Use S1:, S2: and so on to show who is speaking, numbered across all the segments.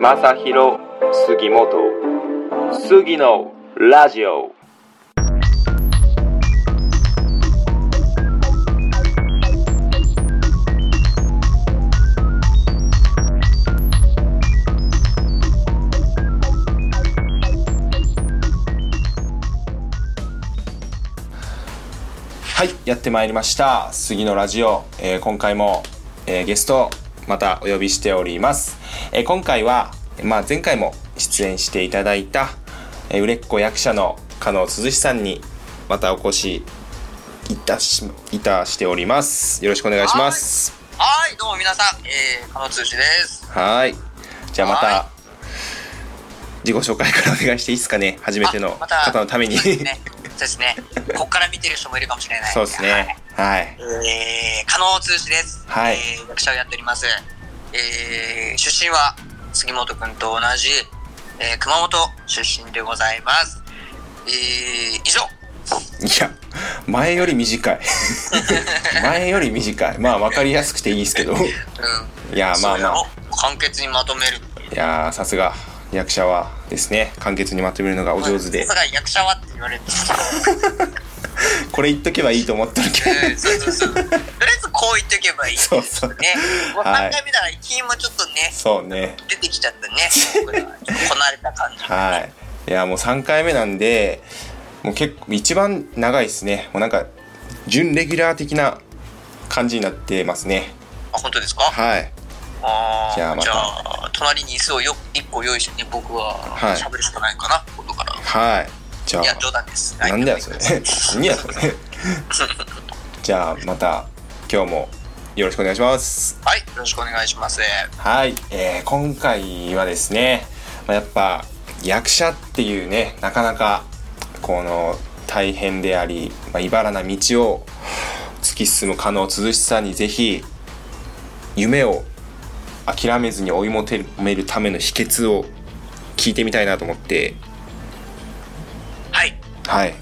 S1: 正弘杉本杉のラジオはいやってまいりました杉のラジオ、えー今回も、えーゲストまたお呼びしております、えー今回は、まあ、前回も出演していただいた、えー売れっ子役者の加納涼さんにまたお越しいたしいたしておりますよろしくお願いします
S2: はい、どうも皆さん、えー、加納通志です。
S1: はいじゃあま
S2: は
S1: た自己紹介からお願いしていいですかね初めての
S2: あまた
S1: 方のために、
S2: そうですね。そうで すね。こっから見てる人もいるかもしれない。
S1: そうですねはい
S2: はい。えー、加納通志です。
S1: はい
S2: えー役者をやっております。えー、出身は杉本くんと同じ、えー、熊本出身でございます。えー、以上。
S1: いや前より短 い前より短いまあ分かりやすくていいですけど い
S2: うん。
S1: やまあ
S2: それ
S1: ま
S2: を
S1: あ
S2: 簡潔にまとめる。
S1: いやさすが役者はですね簡潔にまとめるのがお上手で
S2: さすが役者はって言われるんですけど。
S1: これ言っとけばいいと思った けど
S2: うんそうそうそう。とりあえずこう言っておけばいい。
S1: そうそう
S2: ね。もう
S1: はい
S2: 3回目だから、金もちょっとね、
S1: そうね
S2: 出てきちゃったね。僕らはちょっとこなれた感じ。
S1: はいいやもう3回目なんでもう結構一番長いですねもうなんか準レギュラー的な感じになってますね
S2: あ、本当ですか
S1: はい
S2: あー
S1: じ
S2: じ
S1: ゃ
S2: ゃ
S1: あ
S2: あ、
S1: また
S2: 隣に椅子をよ1個用意してね、僕は
S1: はい
S2: 喋るしかないかな、今度から。
S1: はいじゃ
S2: いや、
S1: あ
S2: 冗談です。はい
S1: なんだよそれ何やそれ じゃあまた今日もよろしくお願いします
S2: はい、よろしくお願いします。
S1: はい、えー今回はですね、まあ、やっぱ役者っていうねなかなかこの大変であり、まあ、茨な道を突き進む加納涼しさんにぜひ夢を諦めずに追い求めるための秘訣を聞いてみたいなと思って
S2: はい。
S1: はい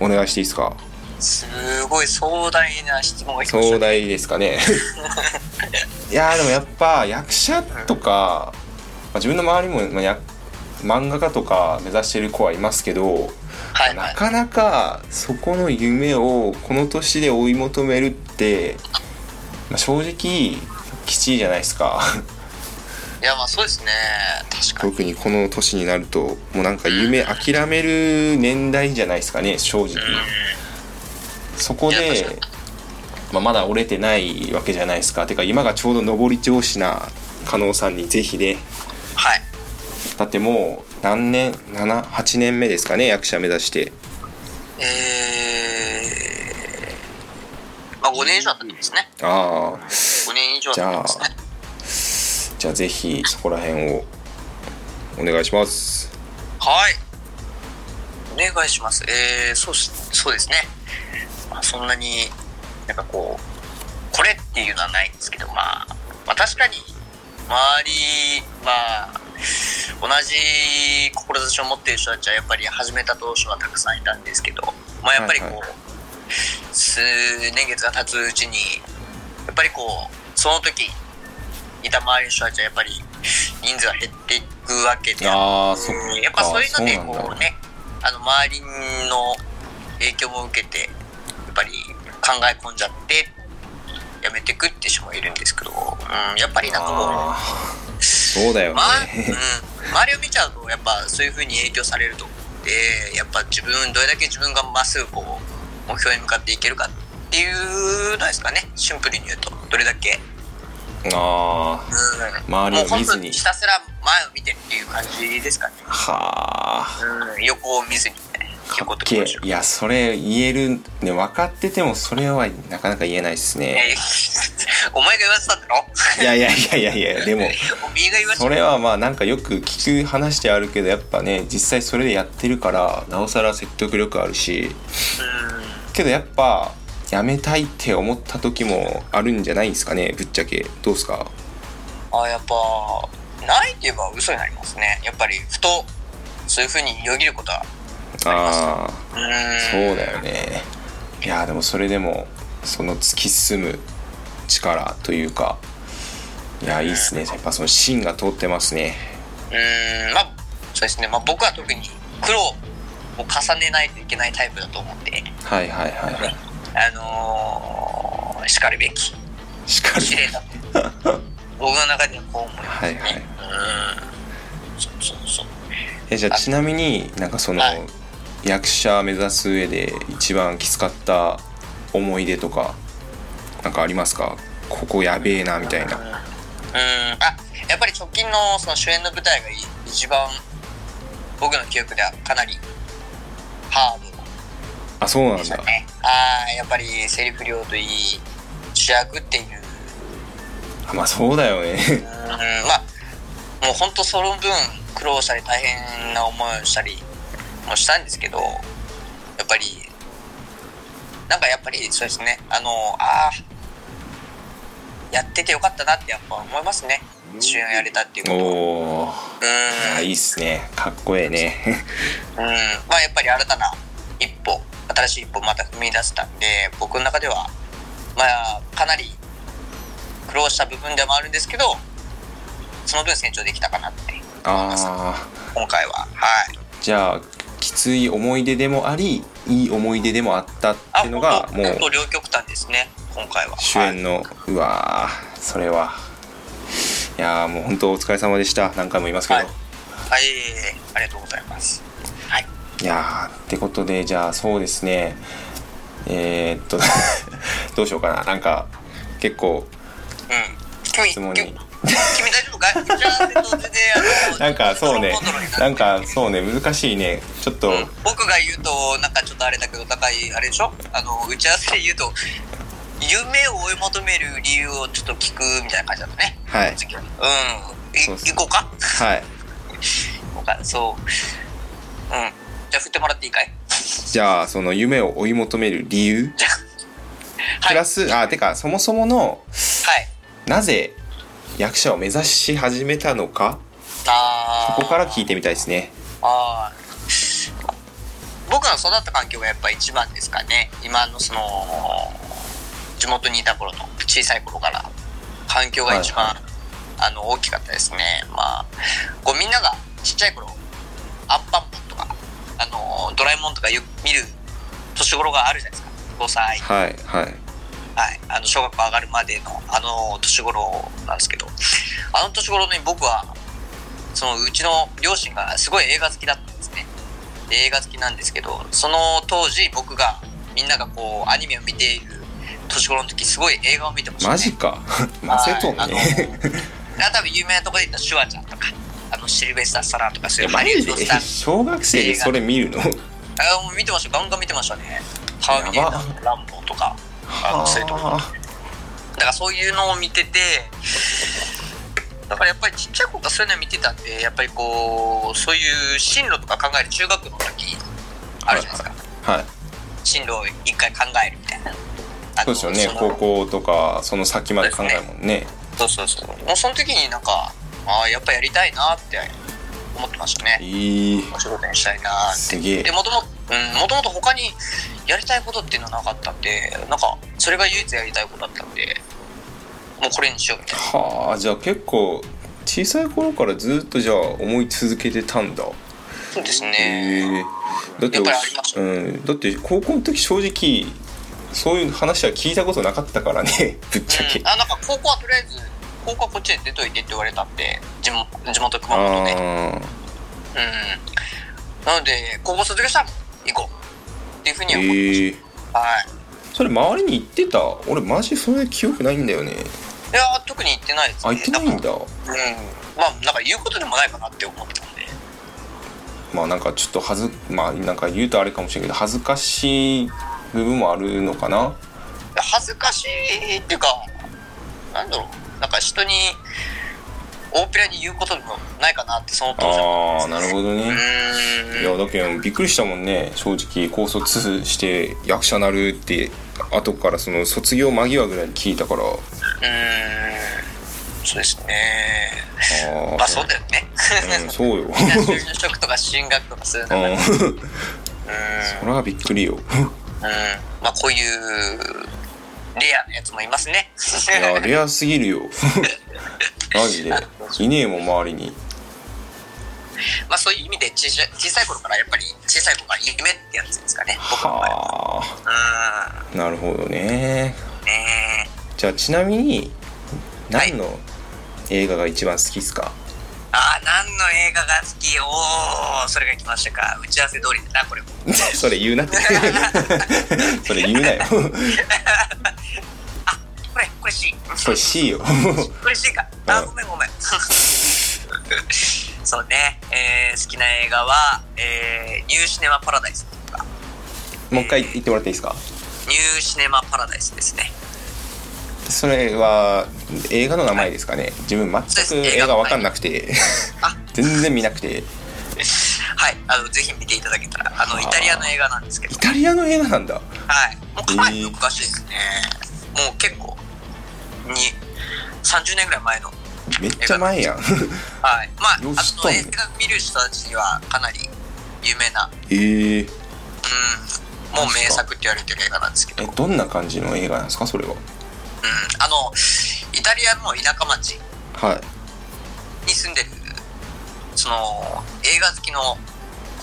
S1: お願いしていいですか
S2: すごい壮大な質問が来ました
S1: 壮
S2: ね。
S1: 大ですかねいやーでもやっぱ役者とか、まあ、自分の周りも、まあ、や漫画家とか目指してる子はいますけど、
S2: はい、は。
S1: ないかなかそこの夢をこの年で追い求めるって、まあ、正直きちいじゃないですか
S2: いや、まあそうですね。確かに。
S1: 特にこの年になるともうなんか夢諦める年代じゃないですかね正直そこ
S2: いや
S1: で
S2: 確か、
S1: まあ、まだ折れてないわけじゃないですかてか今がちょうど上り調子な加納さんにぜひね
S2: はい。
S1: だってもう何年78年目ですかね役者目指して
S2: えー、まあ5年以上経ってますね。
S1: ああ
S2: 5年以上経ってますね。
S1: じゃあぜひそこら辺をお願いします
S2: はい。お願いします。えー、そうしそうですね。まあ、そんなに、なんかこう、これっていうのはないんですけど、まあ、まあ、確かに、周り、まあ、同じ志を持っている人たちは、やっぱり始めた当初はたくさんいたんですけど、まあ、やっぱりこう、
S1: はいは
S2: 数年月が経つうちに、やっぱりこう、その時、いた周りの人たちは、やっぱり人数が減っていくわけであって
S1: ああ
S2: うんやっぱそういうので
S1: そう
S2: こ
S1: な
S2: うん
S1: だ
S2: ねあの周りの影響も受けてやっぱり考え込んじゃってやめてくって人もいるんですけど、うん、やっぱりなんかこう
S1: あーそうだよね
S2: まうん、周りを見ちゃうとやっぱそういう風に影響されるとでやっぱ自分どれだけ自分がまっすぐこう目標に向かっていけるかっていうのですかねシンプルに言うとどれだけ、
S1: ああ
S2: うん、
S1: 周りを見ずに
S2: もう本当にひたすら前を見てっていう感じですかね
S1: はあ
S2: うん横を見ずにねって
S1: か
S2: こ
S1: っ
S2: と
S1: け
S2: で
S1: え
S2: しょ
S1: いやそれ言えるね分かっててもそれはなかなか言えないです
S2: いやい
S1: ね
S2: や お前が言わせたんだろ
S1: いやいやいやいやい やでも
S2: お前が言わせた
S1: それはまあなんかよく聞く話であるけどやっぱね実際それでやってるからなおさら説得力あるしけどやっぱやめたいって思った時もあるんじゃないですかねぶっちゃけどうですか
S2: うんあやっぱないって言えば嘘になりますねやっぱりふとそういうふうによぎることは
S1: ああ
S2: うん
S1: そうだよねいやでもそれでもその突き進む力というかいやいいっすねやっぱその芯が通ってますね
S2: うんまあそうですね、まあ、僕は特に苦労を重ねないといけないタイプだと思って
S1: はいはいはいはい
S2: あのー、しかるべ き
S1: しか
S2: 綺
S1: り
S2: 麗だと僕の中ではこう思います
S1: は
S2: ね
S1: いはい
S2: うんそうそうそう
S1: えじゃあちなみになんかその、
S2: はい
S1: 役者目指す上で一番きつかった思い出とかなんかありますかここやべえなみたいな
S2: うんうんあやっぱり直近のその主演の舞台がい一番僕の記憶ではかなりハード
S1: あそうなん
S2: でした
S1: だ
S2: ねあーやっぱりセリフ量といい主役っていう
S1: あまあそうだよ
S2: う
S1: ね
S2: んまあもう本当その分苦労したり大変な思いをしたりもしたんですけどやっぱりなんかやっぱりそうですねあのあーやっててよかったなってやっぱ思いますね主演をやれたっていう
S1: お
S2: ことは
S1: お
S2: うん
S1: いいっすねかっこええね
S2: うん、まあやっぱり新たな一歩新しい一歩また踏み出せたんで僕の中ではまあかなり苦労した部分でもあるんですけどその分成長できたかなって
S1: ああ
S2: 今回ははい
S1: じゃあきつい思い出でもありいい思い出でもあったっていうの
S2: あ
S1: が
S2: 本
S1: も
S2: 当
S1: う
S2: 本当両極端ですね今回は
S1: 主演のうわーそれはいやーもう本当お疲れ様でした何回も言いますけど、
S2: はい、はい、ありがとうございますはい
S1: いやーってことでじゃあそうですねえー、っと どうしようかななんか結構
S2: うん君
S1: 質問に
S2: 君君大丈夫か打ち合わせと全然あの
S1: なんかそう ね
S2: コントロールになって
S1: なんかそうね難しいねちょっと、
S2: 僕が言うとなんかちょっとあれだけど高いあれでしょあの打ち合わせで言うと夢を追い求める理由をちょっと聞くみたいな感じだったね
S1: はい
S2: 次は
S1: そ
S2: うん
S1: う
S2: い
S1: そう
S2: 行こうか
S1: はい
S2: 行こうかそううんじゃあ振ってもらっていいかい
S1: じゃあその夢を追い求める理由
S2: は
S1: プ
S2: いは
S1: ラス、あてかそもそもの
S2: い
S1: なぜ役者を目指し始めたのか
S2: あー
S1: ここから聞いてみたいですね
S2: あー僕の育った環境がやっぱ一番ですかね今のその地元にいた頃の小さい頃から環境が一番、
S1: はい
S2: あの大きかったですねまあこうみんながちっちゃい頃アンパンマンとかあのドラえもんとかよ見る年頃があるじゃないですか5歳
S1: はいはい
S2: はい、あの小学校上がるまでのあの年頃なんですけどあの年頃に僕はそのうちの両親がすごい映画好きだったんですねで映画好きなんですけどその当時僕がみんながこうアニメを見ている年頃の時すごい映画を見てました、ね、
S1: マジか混ぜとん
S2: はい
S1: ね
S2: あのあ多分有名なところで言ったらシュワちゃんとかあのシルベスター・サラーとかそう
S1: いや
S2: いう
S1: マ
S2: ハリウ
S1: ジ
S2: ッド
S1: で
S2: スター
S1: 小学生でそれ見るの
S2: あもう見てましたガンガン見てましたね「ハーミネーター」「ランボー」とかあのそういうとこ
S1: は
S2: だからそういうのを見ててだからやっぱりちっちゃい頃からそういうの見てたんでやっぱりこうそういう進路とか考える中学の時あるじゃないですか
S1: あはい
S2: 進路を一回考えるみたいな
S1: そうですよね
S2: 高
S1: 高
S2: 校
S1: 校とかその先まで考えるもんね
S2: そうそうそうもうその時になんかああやっぱやりたいなって思ってましたね
S1: いい
S2: お仕事にしたいなって
S1: すげえ
S2: でもとも,、うん、もともと他にやりたいことっていうのはなかったんでなんかそれが唯一やりたいことだったんでもうこれにしようみたいな
S1: はあじゃあ結構小さい頃からずっとじゃあ思い続けてたんだ
S2: そうです
S1: へ
S2: ね
S1: えだって
S2: やっぱりあります
S1: うん、だって高校の時正直そういう話は聞いたことなかったからね ぶっちゃけ、
S2: うん、あなんか高校はとりあえず高校はこっちで出といてって言われたんで地元地元熊本で、
S1: あ
S2: うん、なので高校卒業したら行こうっていうふう
S1: あ
S2: には思いまし
S1: へえ
S2: た、はい
S1: それ周りに言ってた俺マジそれ記憶ないんだよね
S2: いや特に行ってないです
S1: あ
S2: ね
S1: 言ってないんだ
S2: だからうんまあなんか言うことでもないかなって思ってたんで
S1: まあなんかちょっとはずまあなんか言うとあれかもしれないけど恥ずかしい部分もあるのかな
S2: 恥ずかしいっていうかなんだろうなんか人に大っぴらに言うことでもないかなってその当時は
S1: ああなるほど
S2: う
S1: ねい
S2: ーん
S1: やだけどびっくりしたもんね正直高卒して役者なるって後からその卒業間際ぐらいに聞いたから
S2: うんそうですね
S1: あ
S2: まあそうだよね、
S1: うんそう よ
S2: みんな就職とか進学とかする
S1: う
S2: 中で、うん、うん
S1: ん、それはびっくりよ
S2: まあこういうレアなやつもいますね。
S1: いやレアすぎるよ マジでいねえもん周りに
S2: まあそういう意味で小さい小さい頃からやっぱり小さい頃から夢ってやつですかね僕の場合は
S1: はあ
S2: う
S1: なるほどね
S2: ーんね
S1: じゃあちなみに
S2: はい
S1: 何の映画が一番好きっすか、
S2: えあー何の映画が好きおおそれが来ましたか打ち合わせ通りだな これも
S1: それ言うなって それ言うなよ
S2: これこれ C
S1: それ C よ
S2: これ C かあ
S1: う
S2: ー
S1: ん
S2: ごめんごめん そうね、えー好きな映画は、えーニューシネマパラダイスとか
S1: もう一回言ってもらっていいですか
S2: ニューシネマパラダイスですね
S1: それは映画の名前ですかね、自分
S2: そう
S1: 全く
S2: です
S1: 映画わかんなくて
S2: あ
S1: 全然見なくて
S2: はいあのぜひ見ていただけたらあのイタリアの映画なんですけど
S1: イタリアの映画なんだ
S2: はい。もうかな
S1: え
S2: り
S1: ー
S2: 昔ですね。もう結構、に、30年ぐらい前の。
S1: めっちゃ前やん
S2: はい。まあ、あ
S1: よし
S2: の、映画見る人たちにはかなり有名な、
S1: ええ
S2: うん、もう名作って言われてる映画なんですけど、
S1: え
S2: うん。
S1: どんな感じの映画なんですかそれは
S2: あの、イタリアの田舎町
S1: はい
S2: に住んでる、その、映画好きの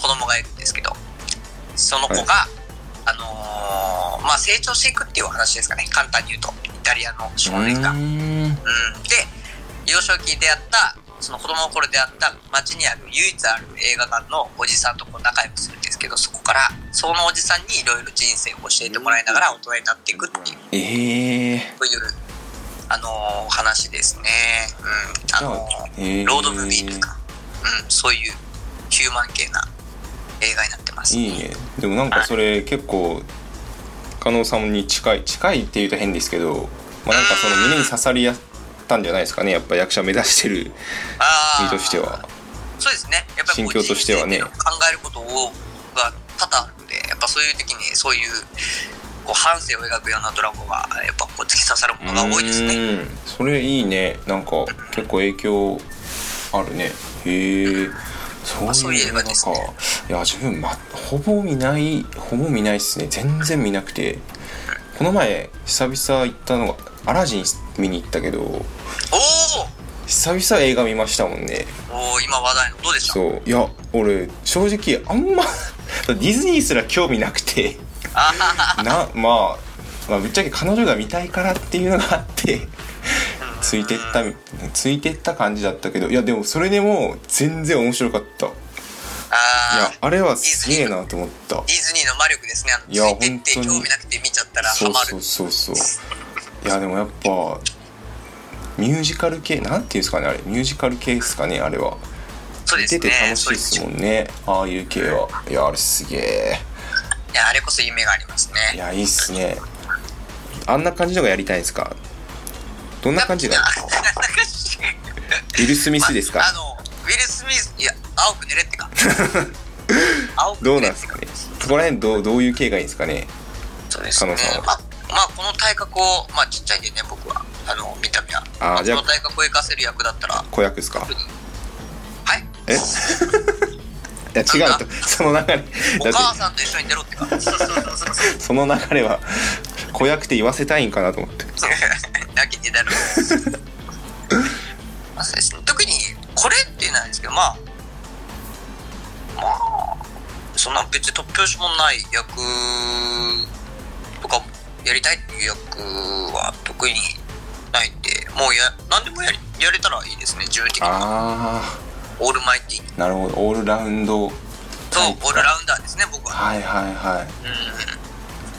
S2: 子供がいるんですけど、その子が、あのーまあ、成長していくっていうお話ですかね簡単に言うとイタリアの
S1: う
S2: 少年が
S1: ーん
S2: うん、で幼少期出会ったその子供の頃出会った町にある唯一ある映画館のおじさんとこう仲良くするんですけどそこからそのおじさんにいろいろ人生を教えてもらいながら大人になっていくっていう
S1: ええ
S2: そういう、あのー話ですね、うんあの
S1: じゃあ
S2: ー
S1: えー
S2: ロードムービーというか、うん、そういうヒューマン系な映画になってます
S1: いいねでもなんかそれ結構加納さんに近い近いって言うと変ですけど、まあ、なんかその胸に刺さりやったんじゃないですかねやっぱ役者目指してる
S2: あー
S1: 身としては
S2: そうですね。やっぱりこう
S1: 心境としてはね
S2: 人生っていうのを考えることをが多々あるんで、やっぱそういう時にそういうこう反省を描くようなドラゴンはやっぱこう突き刺さるものが多いですね。
S1: うーんそれいいねなんか結構影響あるねへえそ
S2: あそうう
S1: い
S2: いうう
S1: 映
S2: 映
S1: 画
S2: 画
S1: か
S2: ですね
S1: いや自分、ま、ほぼ見ないほぼ見ないっすね全然見なくてこの前久々行ったのがアラジン見に行ったけど
S2: お
S1: 久々映画見ましたもんね
S2: お、おー今話題のどうでした？
S1: そういや俺正直あんま ディズニーすら興味なくて
S2: あはは
S1: な、まあ、まあぶっちゃけ彼女が見たいからっていうのがあってついてったみついてった感じだったけどいやでもそれでも全然面白かったいや
S2: あー
S1: あれはすげえなと思った
S2: ディズニーの魔力ですね。あのつ
S1: いや
S2: いてって
S1: 本当に
S2: 興味なくて見ちゃったらハ
S1: そう
S2: マ
S1: そ
S2: る
S1: う。そうそういやでもやっぱミュージカル系なんていうんですかねあれミュージカル系ですかねあれは
S2: そうです
S1: 出
S2: ね。
S1: て楽しいですもんねああいう系はいやあれすげえ
S2: いやあれこそ夢がありますね。
S1: いやいいっすねあんな感じのがやりたいんですかどんな感じが
S2: あんな感じが
S1: ウィル・スミスですか
S2: あのウィル・スミスいや青く濡 れってか青く濡れ
S1: どうなんですかねそこら辺どうどういう系がいいんですかね
S2: そうです
S1: 加
S2: ね
S1: 納さんは
S2: まあ、まあこの体格をまあちっちゃいんでね僕はあの見た目は
S1: あー
S2: ま
S1: じゃあ
S2: この体格を生かせる役だったらは
S1: 子役ですか
S2: い
S1: えいや違うと その流れだって
S2: お母さんと一緒に出ろっ てか
S1: その流れは子役って言わせたいんかなと思って
S2: なきにだろ まあそうですね特にこれっていうのはないですけどまあまあそんな別に突拍子もない役とかやりたいっていう役は特にないんでもうや何でもやりやれたらいいですね自分的には
S1: あ
S2: オールマイティー
S1: あなるほどオールラウンド
S2: と
S1: はい
S2: オールラウンダーですね僕は、
S1: はいはいはい
S2: うん、い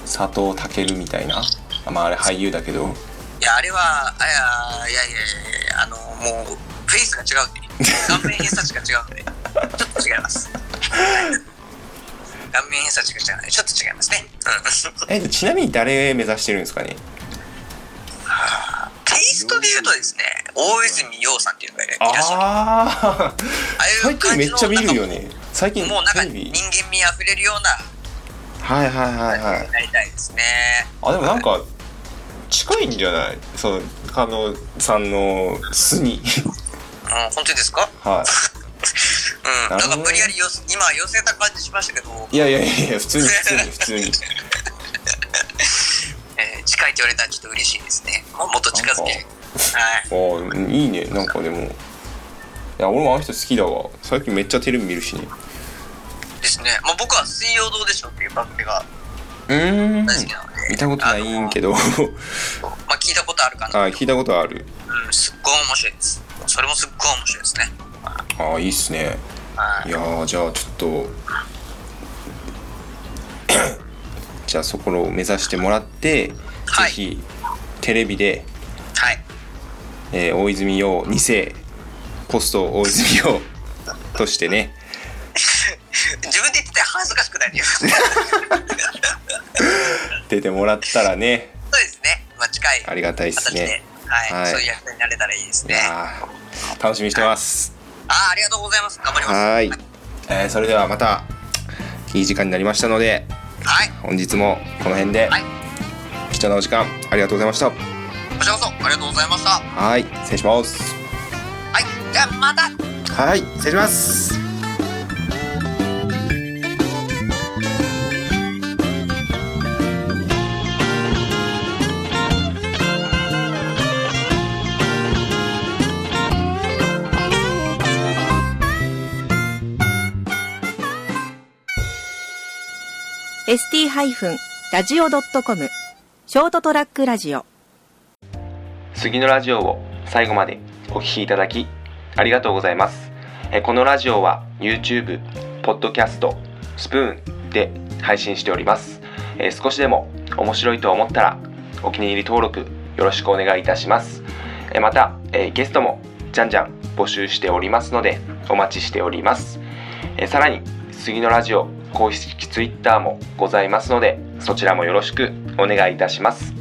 S1: 佐藤健みたいなあまああれ俳優だけど
S2: やあれはあいやいやいやいやあのもうフェイスが違うんで顔面偏差値が違うんでちょっと違います顔面偏差値が違うんでちょっと違いますねうん
S1: えちなみに誰目指してるんですかね
S2: テイストで言うとですね大泉洋さんっていうのがいらっしゃる
S1: ああ
S2: ああい
S1: 最
S2: う感
S1: 近めっ
S2: じの
S1: ちゃ見るよね最近
S2: もうなんか
S1: テレビ
S2: 人間味あふれるような
S1: はいはいはいはい
S2: なりたいですね
S1: あでもなんか近いんじゃないその加納さんの巣に
S2: うん本当ですか
S1: は
S2: うん
S1: なるほど
S2: なんか
S1: ね
S2: 無理やりよす今寄せた感じしましたけど
S1: いいやいやいやいや普通に普通に普通に
S2: えー近いって言われたらちょっと嬉しいですね。ももっと近づける。はい。
S1: ああいいねなんかでもいや俺もあの人好きだわ最近めっちゃテレビ見るしね
S2: ですね。まあ、僕は水曜どうでしょうっていう番組が
S1: うーん
S2: 大好きなので。
S1: 見たことないんけ
S2: ど。
S1: ど
S2: まあ、聞いたことあるかな。
S1: あ聞いたことある
S2: うん、すっごい面白いです。それもすっごい面白いですね。
S1: ああいいっすね
S2: はい
S1: い。やーじゃあちょっと じゃあそこを目指してもらって、
S2: はい
S1: ぜひテレビで、
S2: はい。
S1: えー大泉洋2世ポスト大泉洋としてね
S2: 自分で言ってたら恥ずかしくな いです。そう
S1: 出てもらったらね
S2: ですね。まあ、近い
S1: ありがたいです
S2: 形で、
S1: ね。
S2: はい、
S1: はい
S2: そういう役になれたらいいです
S1: い
S2: ね。
S1: やー楽しみにしてます。
S2: あーありがとうございます。頑張ります。
S1: はーい、えーそれではまたいい時間になりましたので
S2: はい。
S1: 本日もこの辺で
S2: はい。
S1: 貴重なお時間ありがとうございました。
S2: こちらこそありがとうございました。は
S1: はい失礼します。
S2: い。じゃあまた。
S1: はい失礼します。
S3: st-radio.com ショートトラックラジオ
S1: 杉のラジオを最後までお聞きいただきありがとうございますえーこのラジオは YouTube、Podcast、スプーンで配信しておりますえー少しでも面白いと思ったらお気に入り登録よろしくお願いいたしますえーまたえーゲストもじゃんじゃん募集しておりますのでお待ちしておりますえーさらに杉のラジオ公式 Twitter もございますのでそちらもよろしくお願いいたします